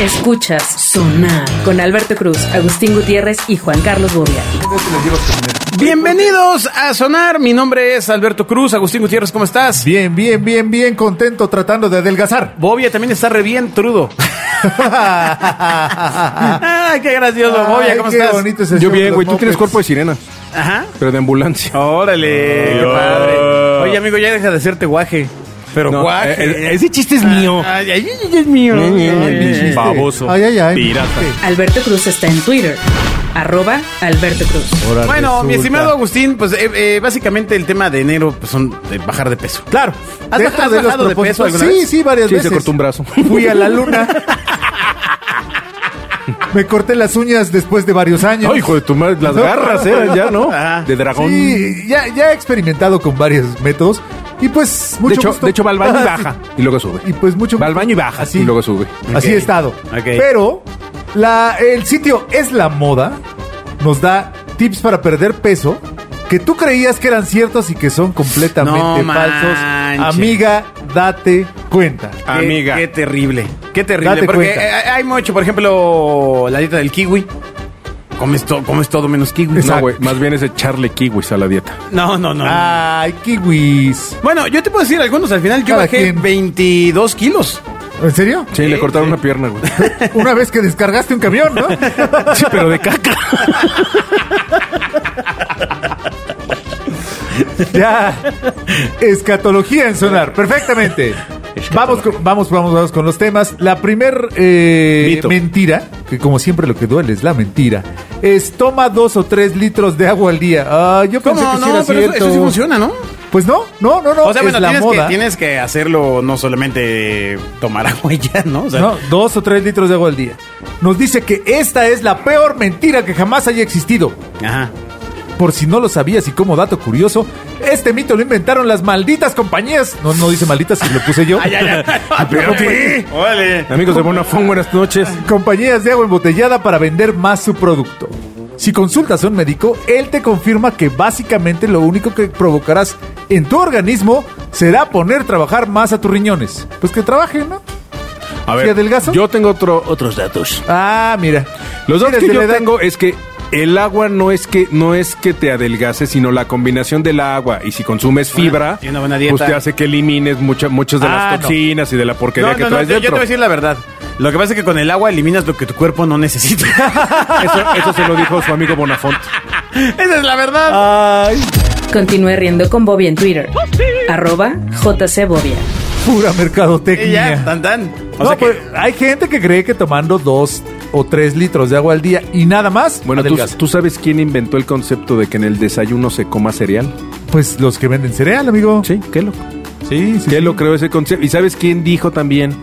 Escuchas Sonar con Alberto Cruz, Agustín Gutiérrez y Juan Carlos Bobia. Bienvenidos a Sonar, mi nombre es Alberto Cruz, Agustín Gutiérrez, ¿cómo estás? Bien, bien, bien, bien contento tratando de adelgazar. Bobia también está re bien, trudo. Ay, qué gracioso, Bobia, ¿cómo Ay, qué estás? bonito ese Yo show de bien, los güey. Tú tienes Muppets. cuerpo de sirena, Ajá. pero de ambulancia. Órale, qué padre. oh. Oye, amigo, ya deja de hacerte guaje. Pero No, guaje. eh, eh, ese chiste es mío. Ay, ay, ay, es mío. Ñe, Ñe, Ñe, Ay, pinche ay, ay. Baboso. Ay, ay, ay. Pirata. Alberto Cruz está en Twitter, arroba Alberto Cruz. Ahora Bueno, mi resulta. estimado Agustín, pues eh, eh, básicamente el tema de enero pues, son de bajar de peso. Claro. ¿Has, Dentro baja- has de los bajado de peso propósitos- alguna Sí, vez? sí, varias Sí, veces. se cortó un brazo. Fui a la luna. Me corté las uñas después de varios años. Ay, Ah. hijo de tu madre, las garras eran ya, ¿no? Ajá. De dragón. Sí, ya, ya he experimentado con varios métodos. Y pues, mucho de, hecho, gusto. de hecho, va al baño y Ah, sí. baja. Y luego sube. Y pues mucho Va al baño y baja. Así. Y luego sube. Así Ok. he estado. Ok. Pero la, el sitio Es la Moda nos da tips para perder peso que tú creías que eran ciertos y que son completamente No falsos. manches. Amiga, date cuenta. Qué- Amiga. Qué terrible. Qué terrible. Date porque cuenta. eh, hay mucho, por ejemplo, la dieta del kiwi. Comes, to- comes todo menos kiwi. No, güey. Más bien es echarle kiwis a la dieta. No, no, no. Ay, kiwis. Bueno, yo te puedo decir algunos. Al final yo Cada bajé quien. 22 kilos. ¿En serio? Sí, le cortaron una pierna, güey. Una vez que descargaste un camión, ¿no? Sí, pero de caca. ya. Escatología en sonar. Perfectamente. Vamos, con- vamos, vamos, vamos con los temas. La primer eh, Mito. mentira, que como siempre lo que duele es la mentira, es toma dos o tres litros de agua al día. Ah, yo pensé ¿Cómo? que sí No, era pero eso, cierto. eso sí funciona, ¿no? Pues no, no, no, no. o sea, es bueno, la tienes que, moda. tienes que hacerlo, no solamente tomar agua y ya, ¿no? O sea, No, dos o tres litros de agua al día. Nos dice que esta es la peor mentira que jamás haya existido. Ajá. Por si no lo sabías y como dato curioso, este mito lo inventaron las malditas compañías. No, no dice malditas si lo puse yo. Ay, ay, Ah, ay. Espérate. Órale. Amigos de Bonafón, buenas noches. Compañías de agua embotellada para vender más su producto. Si consultas a un médico, él te confirma que básicamente lo único que provocarás en tu organismo será poner trabajar más a tus riñones. Pues que trabajen, ¿no? A ¿Sí adelgazo? Yo tengo otro, otros datos. Ah, mira. Los Mira, datos que desde yo la edad- tengo es que el agua no es que no es que te adelgace, sino la combinación del agua y si consumes fibra, y una buena dieta. pues te hace que elimines muchas muchas de Ah, las no. toxinas y de la porquería No, que no, no, traes yo, yo te dentro. voy a decir la verdad. Lo que pasa es que con el agua eliminas lo que tu cuerpo no necesita. eso, eso se lo dijo su amigo Bonafont. Esa es la verdad. Ay, Continúe riendo con Bobia en Twitter, arroba JC Bobia. pura Y ya, mercadotecnia. tan tan. O no, sea que- pues hay gente que cree que tomando dos o tres litros de agua al día y nada más. Bueno, ¿tú, adelgaza. tú sabes quién inventó el concepto de que en el desayuno se coma cereal? Pues los que venden cereal, amigo. Sí, qué loco. sí, sí. Qué lo creo ese concepto. ¿Y sabes quién dijo también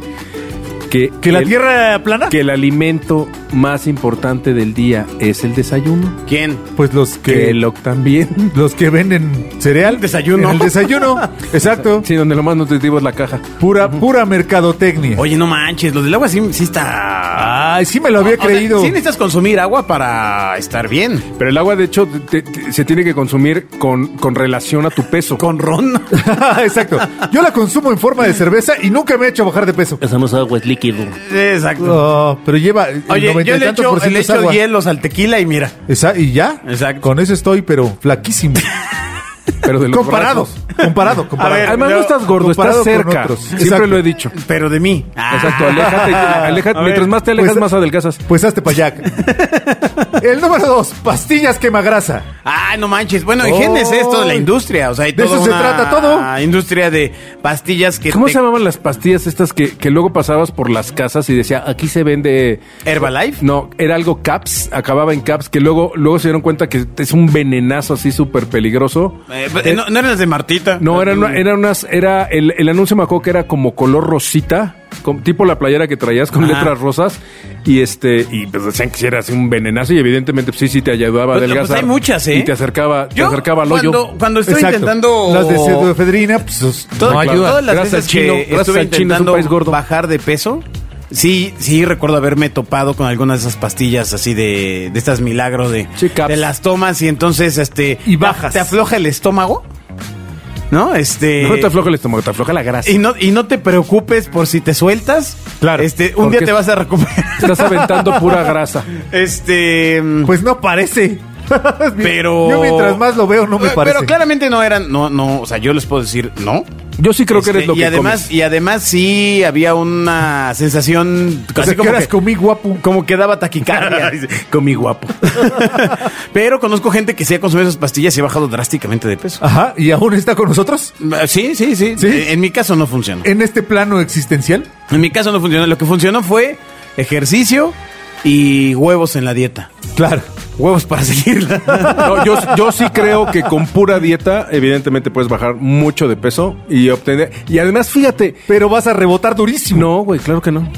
que ¿Que la el- tierra plana? que el alimento más importante del día es el desayuno? ¿Quién? Pues los que Que lo también. los que venden cereal. Desayuno. En el desayuno. Exacto. Sí, donde lo más nutritivo es la caja. Pura, pura mercadotecnia. Oye, no manches, lo del agua sí, sí está. Ay, sí me lo Ah, había O sea, creído. sí necesitas consumir agua para estar bien. Pero el agua, de hecho, te- te- se tiene que consumir con, con relación a tu peso. Con ron. Exacto. Yo la consumo en forma de cerveza y nunca me he hecho bajar de peso. Hacemos agua, es líquido. Exacto. No, pero lleva el Oye, 90 yo y le tantos echo, por ciento le es echo agua. hielos al tequila y mira. Esa- y ya. Exacto. Con eso estoy, pero flaquísimo. Pero de los comparado, brazos. comparado, comparado. A ver, Además, yo- no estás gordo, estás comparado con cerca. otros. Siempre Exacto. lo he dicho. Pero de mí. Ah. Exacto, aléjate. aléjate. A ver, eh, mientras más te alejas, pues- más adelgazas. Pues hazte payac. El número dos, pastillas quemagrasa. Ah, no manches. Bueno, ¿y quién es Oh. esto de la industria? O sea, hay De toda eso se una trata todo. Industria de pastillas que. ¿Cómo te- se llamaban las pastillas estas que, que luego pasabas por las casas y decía, aquí se vende... Herbalife. No, era algo caps, acababa en caps, que luego, luego se dieron cuenta que es un venenazo así súper peligroso. Eh, eh, no, no eran las de Martita. No, eran, una- eran unas, era el, el anuncio me acuerdo que era como color rosita, como- tipo la playera que traías con Ajá. letras rosas, y este, y pues decían que si era así un venenazo, y evidentemente pues, sí, sí te ayudaba a Pues, pues, adelgazar. hay muchas, ¿eh? Y te acercaba, te Yo, acercaba al hoyo. cuando, cuando estoy Exacto. intentando. Las de pseudoefedrina, pues os- Todo- no ayudan. Todas las Gracias veces al chino, que gracias estuve al chino, es un intentando país gordo. bajar de peso, sí, sí recuerdo haberme topado con algunas de esas pastillas así de, de estas milagros de, Sí, caps. de las tomas y entonces este Y bajas. te afloja el estómago. ¿no? Este. No te afloja el estómago, te afloja la grasa. y no, y no te preocupes por si te sueltas. Claro, Este, un porque día te vas a recuperar. Estás aventando pura grasa. Este. Pues no parece. Pero. Yo mientras más lo veo no me Eh, parece. Pero claramente no eran. No, no. O sea, yo les puedo decir no. Yo sí creo que eres Este, lo y que además, comes. Y además sí había una sensación. O así sea, ¿qué como horas que- comí guapo? Como que daba taquicardia. Con mi guapo. Pero conozco gente que sí ha consumido esas pastillas y ha bajado drásticamente de peso. Ajá, ¿y aún está con nosotros? Ah, Sí, sí, sí. ¿Sí? Eh, En mi caso no funcionó. ¿En este plano existencial? En mi caso no funcionó. Lo que funcionó fue ejercicio y huevos en la dieta. Claro. Huevos para seguirla. No, yo, yo sí creo que con pura dieta, evidentemente puedes bajar mucho de peso y obtener. Y además, fíjate, Pero vas a rebotar durísimo. No, güey, claro que no.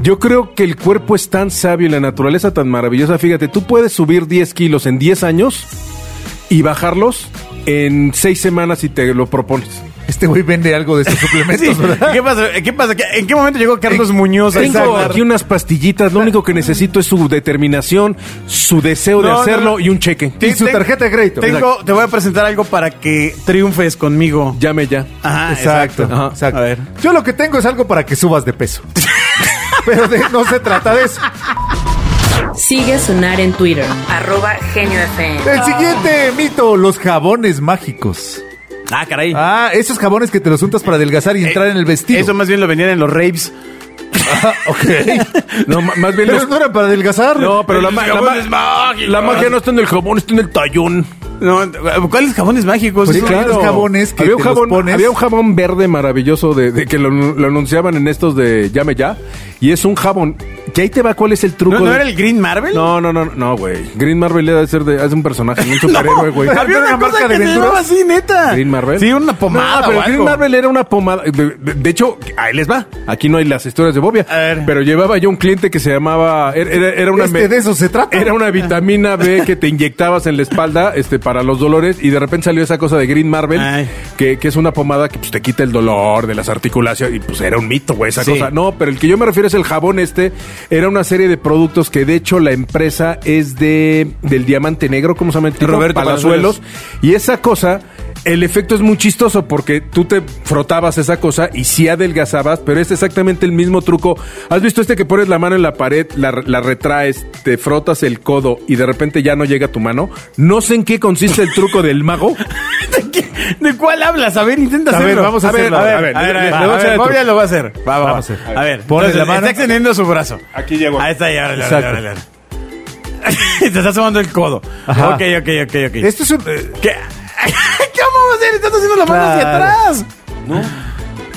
Yo creo que el cuerpo es tan sabio y la naturaleza tan maravillosa. Fíjate, tú puedes subir 10 kilos en 10 años y bajarlos en 6 semanas si te lo propones. Este güey vende algo de estos Sí. suplementos, ¿verdad? ¿Qué pasa? ¿Qué pasa? ¿Qué- ¿En qué momento llegó Carlos Muñoz? a esa- Tengo aquí unas pastillitas, lo único que necesito es su determinación, su deseo de No, no, hacerlo no. y un cheque. Y su Ten- tarjeta de crédito. Tengo, te voy a presentar algo para que triunfes conmigo. Llame ya. Ajá, Exacto, Ah, Ajá, exacto. A ver. Yo lo que tengo es algo para que subas de peso. Pero de- no se trata de eso. Sigue a Sonar en Twitter, arroba Genio FM. El siguiente mito, los jabones mágicos. Ah, caray. Ah, esos jabones que te los untas para adelgazar y entrar en el vestido. Eh, Eso más bien lo vendían en los raves. No, ma- más bien Pero los- no era para adelgazar. No, pero la, El ma- la, jabón ma- es mágico. la magia no está en el jabón, está en el tallón. No, ¿Cuáles jabones mágicos? Pues sí, claro. los jabones que había, un te los jabón, pones. había un jabón verde maravilloso de, de que lo, lo anunciaban en estos de Llame Ya. Y es un jabón. Que ahí te va cuál es el truco. ¿No, no de- era el Green Marvel? No, no, no, no, güey. Green Marvel debe ser de. Es un personaje, un superhéroe, güey. Había una, ¿Era una cosa marca que de se Ventura? llamaba así, neta. Green Marvel. Sí, una pomada. No, pero o Green algo. Marvel era una pomada. De, de- de hecho, ahí les va. Aquí no hay las historias de Bobia. A ver. Pero llevaba yo un cliente que se llamaba. Era, era- era una. Este, de eso se trata. Era una vitamina B que te inyectabas en la espalda este, para los dolores y de repente salió esa cosa de Green Marvel, Ay. que, que es una pomada que pues, te quita el dolor de las articulaciones y pues era un mito, güey, esa Sí. cosa. No, pero el que yo me refiero es el jabón este. Era una serie de productos que de hecho la empresa es de del Diamante Negro, ¿cómo se llama? el tipo? Roberto Palazuelos. Y esa cosa... El efecto es muy chistoso porque tú te frotabas esa cosa y sí adelgazabas, pero es exactamente el mismo truco. ¿Has visto este que pones la mano en la pared, la, la retraes, te frotas el codo y de repente ya no llega tu mano? No sé en qué consiste el truco del mago. ¿De, qué- de cuál hablas? A ver, intenta A ver, hacerlo. vamos a hacerlo, A ver, a ver, a ver, le- a ver. le- a le voy a hacer ver, el Bobia truco. lo va a hacer. Va, va, va. Vamos a hacer. A ver, Ponle entonces, la mano. Está extendiendo su brazo. Aquí llego. Ahí está, ya, ya, ya, Exacto. ya, ya, ya. Te está asomando el codo. Ajá. Ok, ok, ok, ok. Esto es un... eh, ¿Qué? ¿Qué vamos a hacer? Estás haciendo la mano hacia Claro. atrás. No.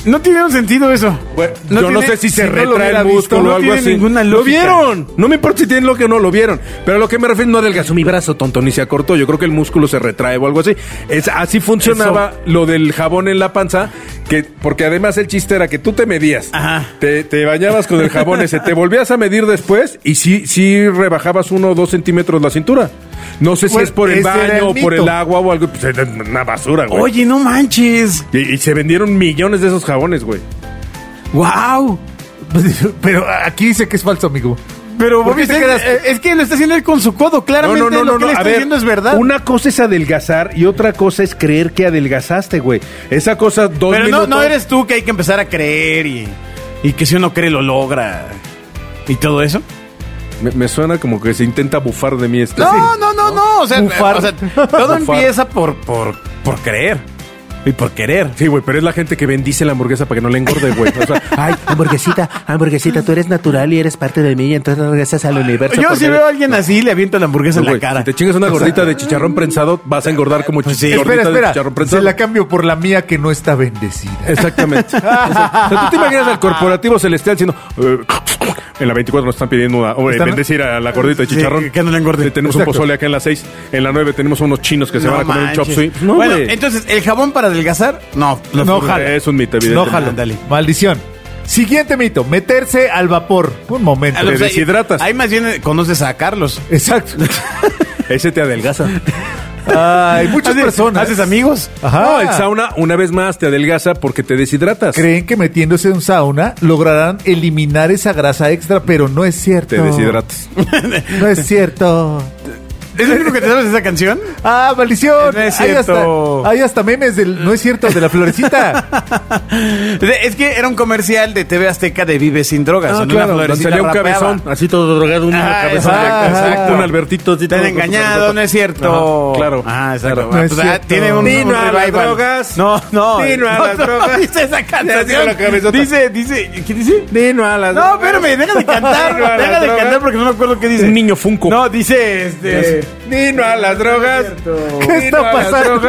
No tiene un sentido eso. Bueno, yo no tiene- sé si se no lo retrae hubiera el visto, músculo no o algo tiene así. ninguna lo lógica. vieron. No me importa si tienen lo que no lo vieron. Pero a lo que me refiero no adelgazó mi brazo, tonto, ni se acortó. Yo creo que el músculo se retrae o algo así. Es, así funcionaba lo del jabón en la panza. Que, porque además el chiste era que tú te medías, Ajá. te, te bañabas con el jabón ese, te volvías a medir después y sí, sí rebajabas uno o dos centímetros la cintura. No sé si Bueno, es por el ese era el baño o por mito. el agua o algo. Pues era una basura, güey. Oye, no manches. Y, y se vendieron millones de esos jabones, güey. Wow. Pero aquí dice que es falso, amigo. Pero ¿Por qué Bobby, te es, quedas- eh, es que lo está haciendo él con su codo. Claramente lo que le a está ver, diciendo es verdad. Una cosa es adelgazar y otra cosa es creer que adelgazaste, güey. Esa cosa dos Pero no, minutos. no eres tú que hay que empezar a creer y, y que si uno cree lo logra. ¿Y todo eso? Me, me suena como que se intenta bufar de mí esto. No, Sí. no, no, no. O sea, Bufar. o sea, todo Bufar. empieza por, por, por creer y por querer. Sí, güey, pero es la gente que bendice la hamburguesa para que no le engorde, güey. O sea, Ah, Ay, hamburguesita, hamburguesita, tú eres natural y eres parte de mí y entonces regresas al universo. Yo por si medio- veo a alguien así, le aviento la hamburguesa en la güey, cara. si te chingas una gordita de chicharrón prensado, vas a engordar como Pues chicharrón sí. gordita Espera, de chicharrón espera. prensado. Se la cambio por la mía que no está bendecida. Exactamente. O sea, ¿Tú te imaginas al corporativo celestial diciendo eh, en la 24 nos están pidiendo una, oh, eh, ¿Están- bendecir a la gordita de Sí, chicharrón? que no la engorde. Eh, Tenemos Exacto. un pozole acá en la 6, en la 9 tenemos unos chinos que se No van a comer un chop manches. suey. bueno, güey. entonces, ¿el jabón para adelgazar? No. lo- No, jala. Es un No, mito, evidentemente. jalo. Ándale. Maldición. Siguiente mito, meterse al vapor. Un momento. a lo- Te o sea, deshidratas. Ahí más bien eh, conoces a Carlos. Exacto. Ese te adelgaza. Ay, muchas Haces- personas. ¿Haces amigos? Ajá. No, el sauna, una vez más, te adelgaza porque te deshidratas. Creen que metiéndose en un sauna lograrán eliminar esa grasa extra, pero no es cierto. te deshidratas. No es cierto. ¿Es el único que te sabes de esa canción? Ah, maldición. No es Hay hasta, cierto. hay hasta memes del, no es cierto, de la florecita. De- Es que era un comercial de TV Azteca de Vive Sin Drogas. Ah, donde una claro, donde florecita salía un rapeaba. cabezón. Así todo drogado, un Ah, cabezón. exacto, exacto. Un Albertito. así Te han todo- engañado, no es cierto. Ajá, claro. Ah, exacto. No es Pues, ah, cierto. Tiene un, Dino un a las revival. drogas. No, no. Dino a No, las no, drogas. Dice esa digo la canción. cabezota. Dice, dice, ¿qué dice? Dino a las No, espérame, deja de cantar. Dino a las deja de drogas. cantar porque no me acuerdo qué dice. Un niño Funko. No, dice este. Dino a las drogas. ¿Qué está pasando?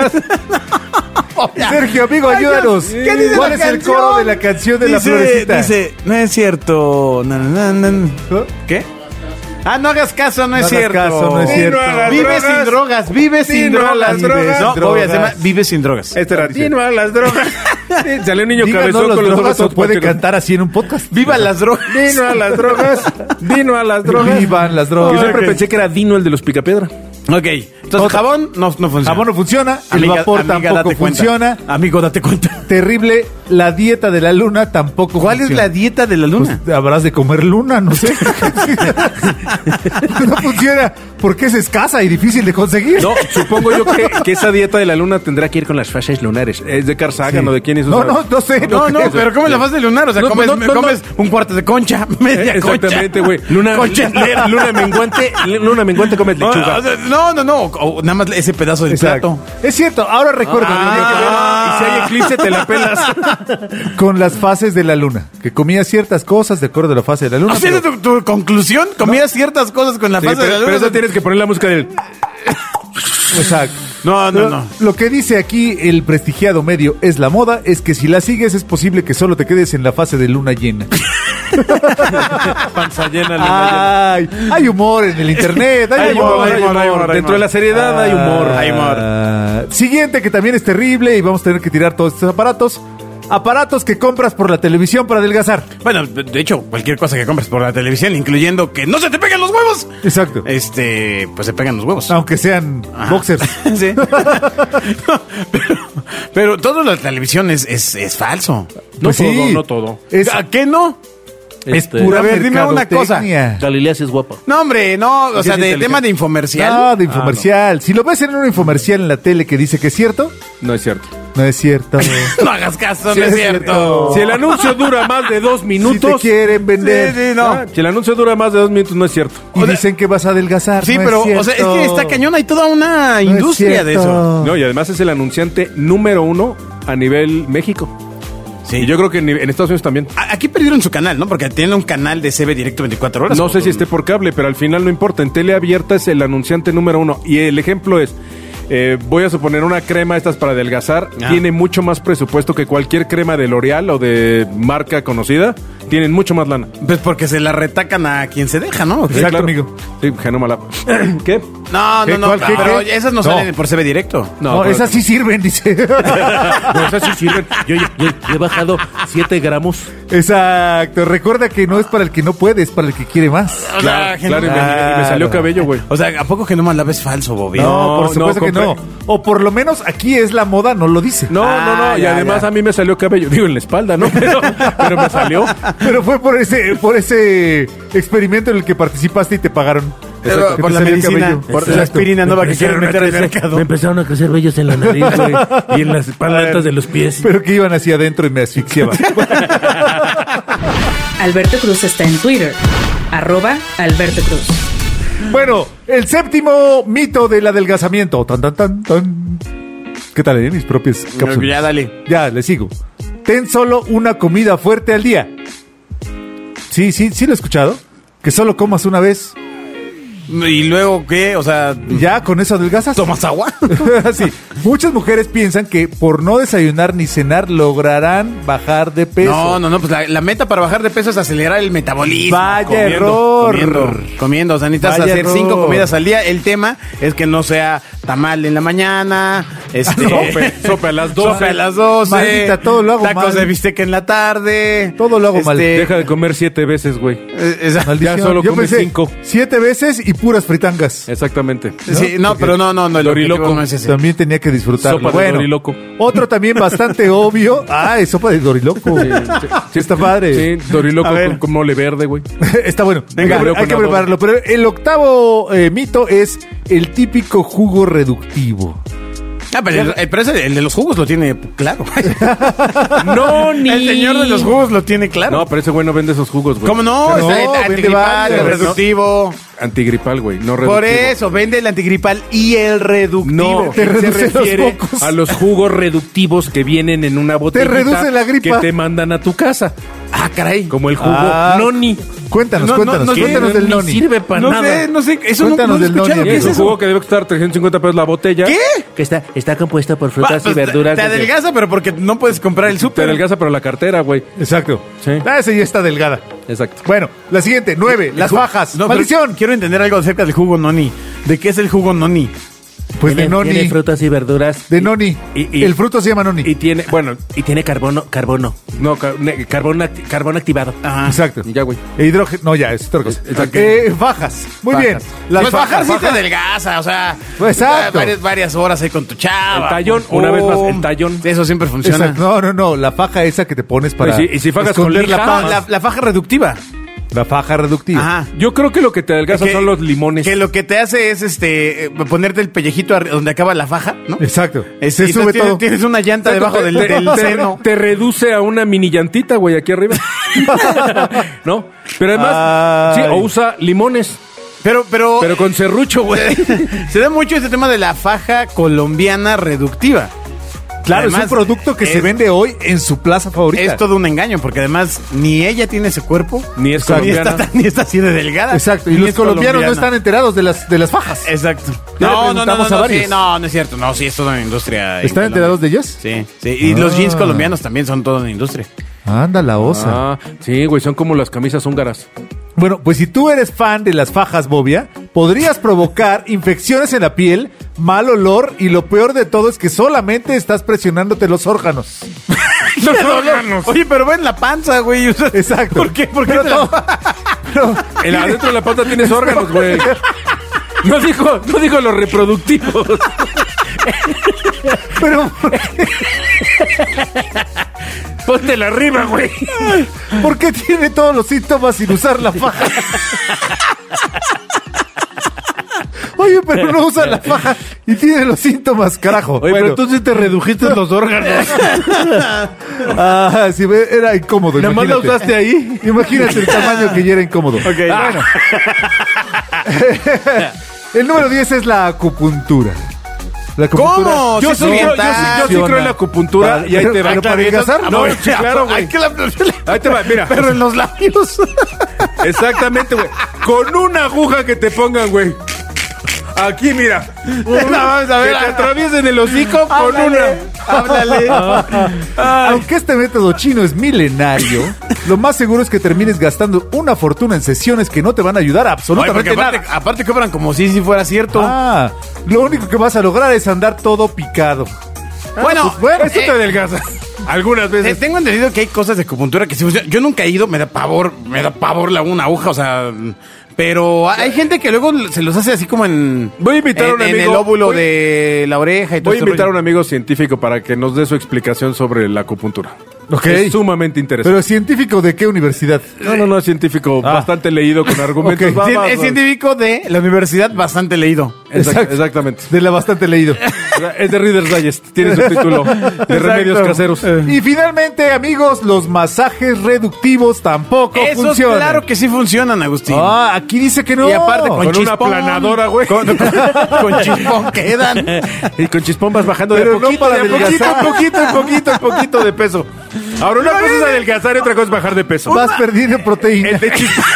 Sergio, amigo, ayúdanos. ¿Qué dice ¿Cuál la es el canción? coro de la canción de la Dice- florecita? Dice, no es cierto. na, na, na, na. ¿No? ¿Qué? Ah, no hagas caso, no, es hagas cierto. caso, no es Sí, cierto. hagas Vive drogas. sin drogas, vive Sí, sin no drogas. hagas drogas. No, voy a hacer Drogas. más, vive sin drogas. Este era. Dino a las drogas. Sí, Salió un niño Díganos cabezón los con los drogas ojos o todos puede pacheco. cantar así en un podcast. Viva las drogas. Dino a las drogas. Dino a las drogas. Vivan las Yo drogas. siempre pensé que era Dino el de los Picapiedra. Ok, entonces jabón no, no funciona. Jabón no Ah, funciona, el Amiga- vapor amiga, tampoco date cuenta. funciona. Amigo, date cuenta. Terrible, la dieta de la luna tampoco ¿Cuál es funciona. la dieta de la luna? Pues, habrás de comer luna, no sé. no funciona porque es escasa y difícil de conseguir. No, supongo yo que, que esa dieta de la luna tendrá que ir con las fases lunares. Es de Carl Sagan Sí. o de quién es No, no, no sé. No, no, creo. pero comes la fase lunar, o sea, No, comes, no, no, comes un cuarto de concha, media concha. ¿Eh? Exactamente, güey. Luna, concha entera. luna menguante, luna menguante comes No, lechuga. o sea, no, no, no, o nada más ese pedazo de Exacto. plato. Es cierto, ahora recuerdo Ah. Y si hay eclipse te la pelas. con las fases de la luna, que comía ciertas cosas de acuerdo a la fase de la luna. O sea, pero- tu, tu conclusión, comías ciertas cosas con la Sí, fase de la pero, luna. pero eso tienes que poner la música del... Exacto. No, no, Lo- no. Lo que dice aquí el prestigiado medio es la moda, es que si la sigues es posible que solo te quedes en la fase de luna llena. Panza llena, Ay, hay humor en el internet, hay, humor, hay humor. Dentro de la seriedad hay humor. Hay humor. Ah, Siguiente que también es terrible y vamos a tener que tirar todos estos aparatos. Aparatos que compras por la televisión para adelgazar. Bueno, de de hecho, cualquier cosa que compres por la televisión, incluyendo que no se te peguen los huevos. Exacto. Este, pues se pegan los huevos. Aunque sean Ajá. boxers. sí. No, pero, pero todo la televisión es, es, es falso. Pues No todo, no todo. Pues Es, ¿A qué no? es Este, pura a ver, dime una cosa. mercadotecnia. Galilea sí es guapa. No, hombre, no. O sea, es de inteligente. tema de infomercial. No, de infomercial. Si lo ves en un infomercial en la tele que dice que es cierto, No es cierto. no es cierto. No hagas caso, Sí, no es es cierto. cierto. Si el anuncio dura más de dos si te minutos... quieren vender Sí, sí, no. Ah, Si el anuncio dura más de dos minutos, no es cierto. y O sea- dicen que vas a adelgazar. Sí, no es pero, o sea, es cierto. que está cañón. Hay toda una No es industria de eso. cierto. No, y además es el anunciante número uno a nivel México. Sí. Y yo creo que en, en Estados Unidos también. A- Aquí perdieron su canal, ¿no? Porque tienen un canal de CB directo 24 horas. No sé Como si tú- esté por cable, pero al final no importa. En tele abierta es el anunciante número uno. Y el ejemplo es, eh, voy a suponer una crema estas para adelgazar. Ah. Tiene mucho más presupuesto que cualquier crema de L'Oreal o de marca conocida. Tienen mucho más lana. Pues porque se la retacan a quien se deja, ¿no? Exacto, amigo. Sí, Genoma Lab. ¿Qué? No, ¿Qué, no, no. cuál, qué, pero qué? esas No. no, salen por CB directo. No, pero- esas sí sirven, dice. No, esas sí sirven. Yo, ya- yo he bajado 7 gramos. Exacto. Recuerda que no es para el que no puede, es para el que quiere más. O sea, Claro, gente- claro, y me- y me, salió cabello, güey. O sea, ¿a poco que no me la ves falso, Bobby? No, No, por supuesto no, que no. compré- O por lo menos aquí es la moda, no lo dice. No, no, Ah, no. Y ya, además ya. a mí me salió cabello. Digo, en la espalda, ¿no? Pero, pero me salió. Pero fue por ese, por ese experimento en el que participaste y te pagaron. Pero Exacto, que por te la salió el medicina, cabello. por la Exacto. aspirina nueva que Me quieren meter al empezaron a crecer- mercado. Me empezaron a crecer vellos en la nariz, güey. Y en las palatas de los pies. Pero que iban hacia adentro y me asfixiaba. Alberto Cruz está en Twitter. Arroba Alberto Cruz. bueno, el séptimo mito del adelgazamiento. Tan, tan, tan, tan. ¿Qué tal, eh? Mis propias cápsulas. Ya, dale. Ya, le sigo. Ten solo una comida fuerte al día. Sí, sí, sí lo he escuchado. Que solo comas una vez. ¿Y luego qué? O sea, Y Ya, con eso adelgazas. ¿tomas agua? sí. Muchas mujeres piensan que por no desayunar ni cenar lograrán bajar de peso. No, no, no, pues la, la meta para bajar de peso es acelerar el metabolismo. Vaya error. Comiendo, comiendo, o sea, necesitas Vaya hacer error. cinco comidas al día. El tema es que no sea tamal en la mañana, este, Sope, sope a las 12. sope a las 12, Maldita, todo lo hago tacos mal. de bistec en la tarde. Todo lo hago mal. Deja de comer siete veces, güey. eh, esa- Maldición. Ya solo Yo come pensé cinco. Siete veces y y puras fritangas. Exactamente. Sí, no, pero no, no, no. El Loriloco. objetivo no es ese. También tenía que disfrutarlo. Sopa de doriloco. Otro también bastante obvio. Ah, es sopa de doriloco. Sí, está padre. Sí, Doriloco A ver. con, con mole verde, güey. está bueno. Venga, hay, que- luego hay que con prepararlo. Pero el octavo eh, mito es el típico jugo reductivo. Ah, pero, el, eh, pero ese, el de los jugos lo tiene claro. No, ni. El señor de los jugos lo tiene claro. No, pues, pero ese güey no vende esos jugos, güey. ¿Cómo no? No, Está el vende antigripal, el varios, ¿no? reductivo. Antigripal, güey. No Por reductivo. eso, vende el antigripal y el reductivo. No, te ¿Qué se reduce los refiere? mocos. A los jugos reductivos que vienen en una botella. reduce la gripa. Que te mandan a tu casa. Ah, caray. Como el jugo Ah. noni. Cuéntanos, No, no, cuéntanos, no sé, cuéntanos del ni noni. sirve para no nada. sé, no sé. Eso no, no Cuéntanos lo he del escuchado. Noni, ¿Qué Es es un eso? jugo que debe costar 350 pesos la botella. ¿Qué? Que está, está compuesto por Va, frutas pues, y verduras. Te, te desde- adelgaza, pero porque no puedes comprar el Te súper. adelgaza pero la cartera, güey. Exacto. Sí. Ah, esa ya está delgada. Exacto. Bueno, la siguiente, nueve, las Ju- bajas. No, pero ¡Maldición! Quiero entender algo acerca del jugo noni. ¿De qué es el jugo noni? Pues de Tiene, tiene noni. frutas y verduras. De noni. y- y- el fruto se llama noni. Y tiene, bueno, Y tiene carbono, carbono. no, ca- ne- Carbono, acti- carbono activado. Ah, Exacto. ya, güey. E hidrógeno. No, ya, es otra cosa. Exacto. Eh, bajas. Muy Bajas. bien. Las pues bajar sí te bajas. adelgaza, o sea, Pues Exacto. varias, varias horas ahí con tu chava. El tallón, Pum, una vez más, pum. el tallón. Eso siempre funciona. Exacto. No, no, no. La faja esa que te pones para. Pues sí, y si fajas con esconder la, lija, Ah, pa- la, la, la faja reductiva. la faja reductiva. Ajá. Yo creo que lo que te adelgaza Que- son los limones. Que lo que te hace es este eh, ponerte el pellejito arri- donde acaba la faja, ¿no? Exacto. Es- se entonces sube tienes, todo. Tienes una llanta debajo del, del te, seno. te reduce a una mini llantita, güey, aquí arriba. ¿No? Pero además, Ay. sí, o usa limones, Pero, pero. pero con serrucho, güey. se da mucho este tema de la faja colombiana reductiva. Claro, es un Además, producto que se es- vende hoy en su plaza favorita. Es todo un engaño, porque además ni ella tiene ese cuerpo. Ni es ni colombiana. está, tan- ni está así de delgada. Exacto. Y ni los es colombianos no colombiana. están enterados de las, de las fajas. Exacto. Ya le No, no, no, preguntamos no, a no, varios. sí, no, no es cierto. No, sí, es toda una industria. en ¿Están Colombia. enterados de ellas? Sí, sí. Y los Ah. jeans colombianos también son toda una industria. Anda, la osa. Ah, sí, güey, son como las camisas húngaras. Bueno, pues si tú eres fan de las fajas, Bobia, podrías provocar infecciones en la piel, mal olor y lo peor de todo es que solamente estás presionándote los órganos. Los órganos. Oye, pero ven la panza, güey. o sea, Exacto. ¿Por qué? ¿Por qué? Pues- Pero te la- todo- pero- El, adentro de la pata tienes órganos, güey. No dijo, no dijo los reproductivos. pero, Póntela arriba, güey. ¿por qué tiene todos los síntomas sin usar la faja? Oye, pero no usa la faja y tiene los síntomas, carajo. Oye, pero entonces te redujiste los órganos. ah, sí, ve, era incómodo. Nada más la imagínate. usaste ahí. Imagínate el tamaño que ya era incómodo. Ah, Bueno. El número 10 es la acupuntura. La ¿Cómo? Yo Sí, sí, creo, yo, sí- oriental. yo sí creo en la acupuntura y ahí te va. ¿Pero para Claro, adelgazar? No, ah, sí, claro, Hay güey. que la- Ahí te va, mira. Pero en los labios. Exactamente, güey. Con una aguja que te pongan, güey. Aquí, mira. vamos a ver. Que te atraviesen el hocico con Háblale, una. háblale. Ah. Aunque este método chino es milenario, lo más seguro es que termines gastando una fortuna en sesiones que no te van a ayudar Oye, porque absolutamente nada. aparte, aparte cobran como si, si fuera cierto. Ah, lo único que vas a lograr es andar todo picado. bueno, pues bueno, eh, eso te adelgaza. Algunas Eh, veces. Este tengo entendido que hay cosas de acupuntura que sí funcionan. Yo nunca he ido, me da pavor, me da pavor la una aguja, o sea, pero hay gente que luego se los hace así como en Voy a invitar a en- un en amigo. el óvulo Voy- de la oreja y todo Voy a este invitar a un rollo. amigo científico para que nos dé su explicación sobre la acupuntura. Ok. Es sumamente interesante. Pero científico de qué universidad? no, no, no, es científico Ah. bastante leído con argumentos. Ok. Va, Cien- va, es va. científico de la universidad bastante leído. Exact- Exacto. Exactamente. De la bastante leído. Es de Reader's Digest. Tiene su título. De remedios Exacto. caseros. Y finalmente, amigos, los masajes reductivos tampoco Esos funcionan. claro que sí funcionan, Agustín. Ah, aquí dice que no. Y aparte con, Con una chispón. aplanadora, güey. Con, con- con chispón quedan. Y con chispón vas bajando Pero de no poquito, para de poquito, adelgazar. poquito, poquito, poquito de peso. Ahora una cosa es adelgazar y otra cosa es bajar de peso. vas perdiendo proteína. El de chispón.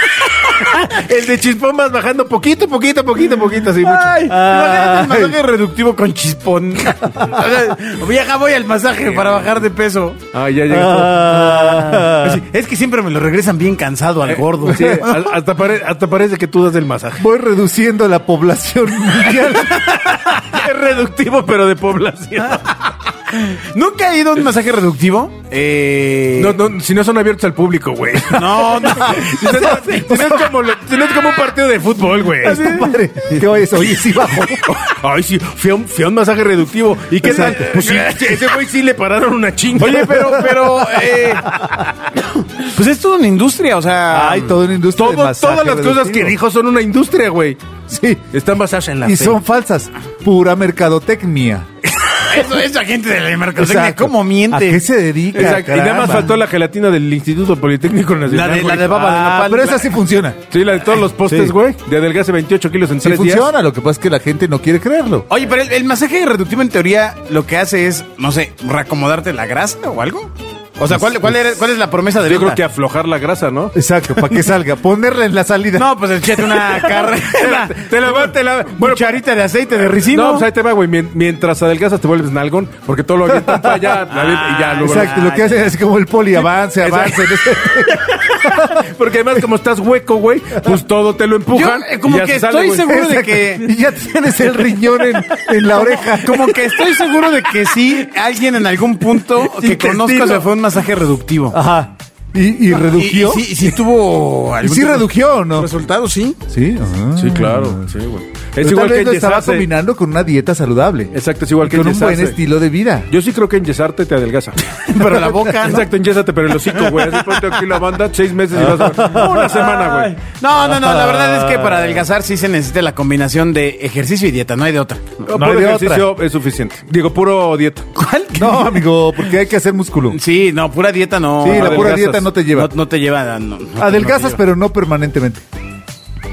El de chispón vas bajando poquito, poquito, poquito, poquito, así mucho. Ay, Ah. imagínate Ah. el masaje reductivo con chispón. O sea, Vieja, voy al masaje para bajar de peso. Ay, ya llegó. Ah. Así, es que siempre me lo regresan bien cansado al gordo. Eh, Sí, a- hasta, pare- hasta parece que tú das el masaje. Voy reduciendo la población mundial. Es reductivo, pero de población. ¿Nunca ha ido a un masaje reductivo? Eh... No, no, si no son abiertos al público, güey. No, no. Si no, es- si no es como, lo- si no es como un partido de fútbol, güey. Está padre. ¿Qué oyes? Oye, sí bajo. Ay, sí, fui a un, fui a un masaje reductivo. ¿Y qué tal? Pues sí, ese güey sí le pararon una chinga. Oye, pero, pero, eh, pues es toda una industria, o sea. Hay toda una industria de Todo- masaje todas las cosas que reductivo. dijo son una industria, güey. Sí. Están basadas en la Y fe. son falsas. Pura mercadotecnia. Eso, esa gente de la mercadotecnia, Exacto. ¿cómo miente? ¿A qué se dedica? Exacto. Y nada más Caramba. faltó la gelatina del Instituto Politécnico Nacional. La de- la güey. de baba de Ah, nopal. Pero esa sí funciona. Sí, la de todos los postes, Sí. güey. De adelgace 28 kilos en Sí tres días. funciona, lo que pasa es que la gente no quiere creerlo. Oye, pero el, el masaje reductivo en teoría lo que hace es, no sé, reacomodarte la grasa o algo. O sea, ¿cuál, cuál, era- cuál es la promesa de Yo creo que aflojar la grasa, ¿no? Exacto, para que salga, ponerla en la salida. No, pues echate Ah, una carrera. Te la va- te la- bueno, cucharita de aceite de ricino. No, pues ahí te va, güey. Mien- Mientras adelgazas te vuelves nalgón, porque todo lo avientan para allá, la avientan y ya luego- Ah, Exacto, lo que hacen es como el poli avance, avance. Porque además, como estás hueco, güey, pues todo te lo empujan. Yo, eh, como y ya que se sale, estoy güey. seguro- de Exacto, que- Y ya tienes el riñón en, en la oreja. Como que estoy seguro de que sí, alguien en algún punto que Intestino. conozca se fue a un masaje reductivo. Ajá. ¿Y, y redujió? Y, y sí, sí tuvo ¿Y algún sí tipo de redujió o no? resultado, sí. Sí, ajá. Sí, claro, sí, güey. Pero Es igual tal que vez lo estaba enyesarse. combinando con una dieta saludable. Exacto, es igual Y que Con un enyesarse. buen estilo de vida. Yo sí creo que enyesarte te adelgaza. Pero la boca, ¿no? Exacto, enyesate, pero el hocico, güey. Así ponte aquí la banda, seis meses y vas a ver. Una semana, güey. No, no, no, la verdad es que para adelgazar sí se necesita la combinación de ejercicio y dieta, no hay de otra. No, hay puro de ejercicio es suficiente. Digo, puro dieta. ¿Cuál? No, amigo, porque hay que hacer músculo. Sí, no, pura dieta no. Sí, la pura adelgazas. dieta no te lleva. No, no te lleva. no, no, Adelgazas, no te lleva. pero no permanentemente.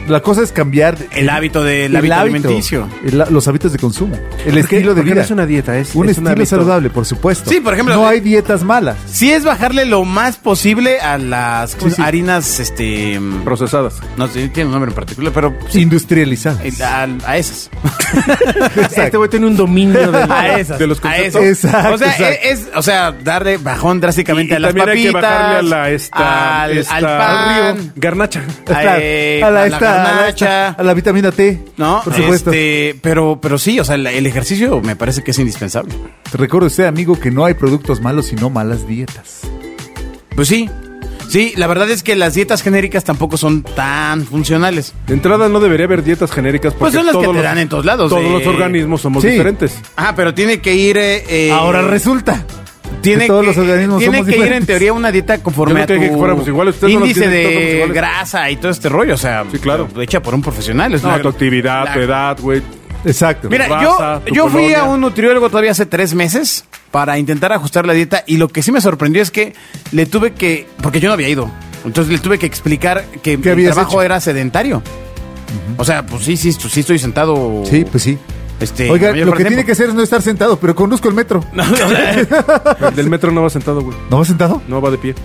La cosa es cambiar de- El hábito del hábito hábito, alimenticio. el- los hábitos de consumo, el estilo de porque no vida. es una dieta, es- un es un estilo hábito. saludable, por supuesto. Sí, por ejemplo, no eh, hay dietas malas. Sí es bajarle lo más posible a las Sí, sí. harinas, este... mm, Procesadas. No sé, tiene un nombre en particular, pero... sí, Industrializadas. A, a esas. Este Exacto. Ah, güey tiene un dominio de A esas. de los a conceptos. esas. Exacto, o, sea, exacto. Es, es- o sea, darle bajón drásticamente Y a las también papitas. hay que bajarle a la esta, al, esta- al pan, garnacha. Claro, eh, a, la a la esta, a, la garnacha. esta, a la vitamina T, ¿no? por supuesto. Este, pero, pero sí, o sea, el, el ejercicio me parece que es indispensable. Recuerde usted, amigo, que no hay productos malos, sino malas dietas. Pues sí. Sí, la verdad es que las dietas genéricas tampoco son tan funcionales. De entrada no debería haber dietas genéricas porque Pues son las que todos te los- dan en todos lados. Todos eh. los organismos somos Sí. diferentes. Ah, pero tiene que ir. eh, eh, Ahora resulta. tiene que todos que- los organismos tiene somos que ir en diferentes. teoría una dieta Yo conforme no a tu creía que fuéramos iguales, ustedes no los índice tienen, todos somos de iguales. grasa y todo este rollo. O sea, Sí, claro. hecha por un profesional. Es No, una- tu actividad, la- tu edad, güey. Exacto. Mira, raza, yo, tu yo fui colonia. a un nutriólogo todavía hace tres meses para intentar ajustar la dieta y lo que sí me sorprendió es que le tuve que, porque yo no había ido, entonces le tuve que explicar que mi habías trabajo hecho? era sedentario. O sea, pues sí, sí, sí estoy sentado. Sí, pues sí. Este, Oiga, la mayor lo parte que del tiene que tiempo. hacer es no estar sentado, pero conduzco el metro. Del metro no va sentado, güey. ¿No vas sentado? No va de pie.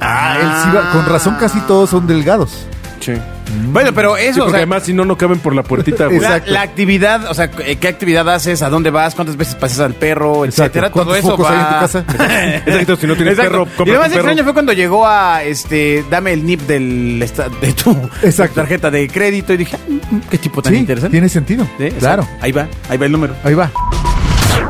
Ah, él sí va- con razón casi todos son delgados. Sí. Mm, Bueno, pero eso, porque o sea, además si no, no caben por la puertita, güey. la, Exacto. la actividad, o sea, eh, qué actividad haces, a dónde vas, cuántas veces pasas al perro, Exacto. etcétera, Pues todo ¿Cuántos eso focos va... hay en tu casa? Exacto, si no tienes Exacto. perro, Y compra lo un más perro. extraño fue cuando llegó a este, dame el NIP del esta- de tu Exacto. tarjeta de crédito y dije, "Mm, qué tipo tan Sí, interesante. tiene sentido. Sí, exacto. Claro. Ahí va, ahí va el número. Ahí va.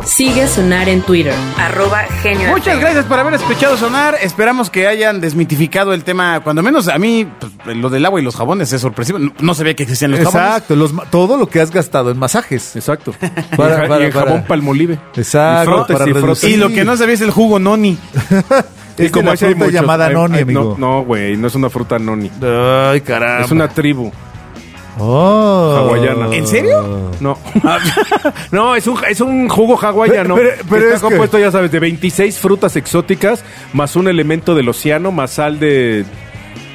Sigue a Sonar en Twitter, arroba genio. Muchas gracias por haber escuchado sonar. Esperamos que hayan desmitificado el tema. Cuando menos a mí, pues, lo del agua y los jabones es sorpresivo. No, no sabía que existían los jabones. Exacto. los ma- todo lo que has gastado en masajes. Exacto. Para- y, ja- y para- el jabón para. palmolive. Exacto, Y frotes para y frotes. reducir. Y lo que no sabía es el jugo noni. Es como como ese hay fruta muchos. llamada Hay- noni, hay- amigo. no- No, güey, no es una fruta noni. Ay, caramba. Es una tribu. Oh. Hawaiana. ¿En serio? No. no, es un, es un jugo hawaiano. Pero- pero- pero está es que- compuesto, ya sabes, de 26 frutas exóticas, más un elemento del océano, más sal de,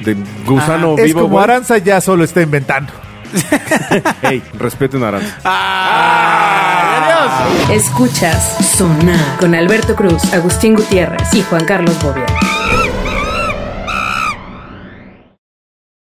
de gusano Es vivo. como güey. Aranza ya solo está inventando. Ey, respeten a Aranza. ¡Adiós! Escuchas Sonar con Alberto Cruz, Agustín Gutiérrez y Juan Carlos Bobia.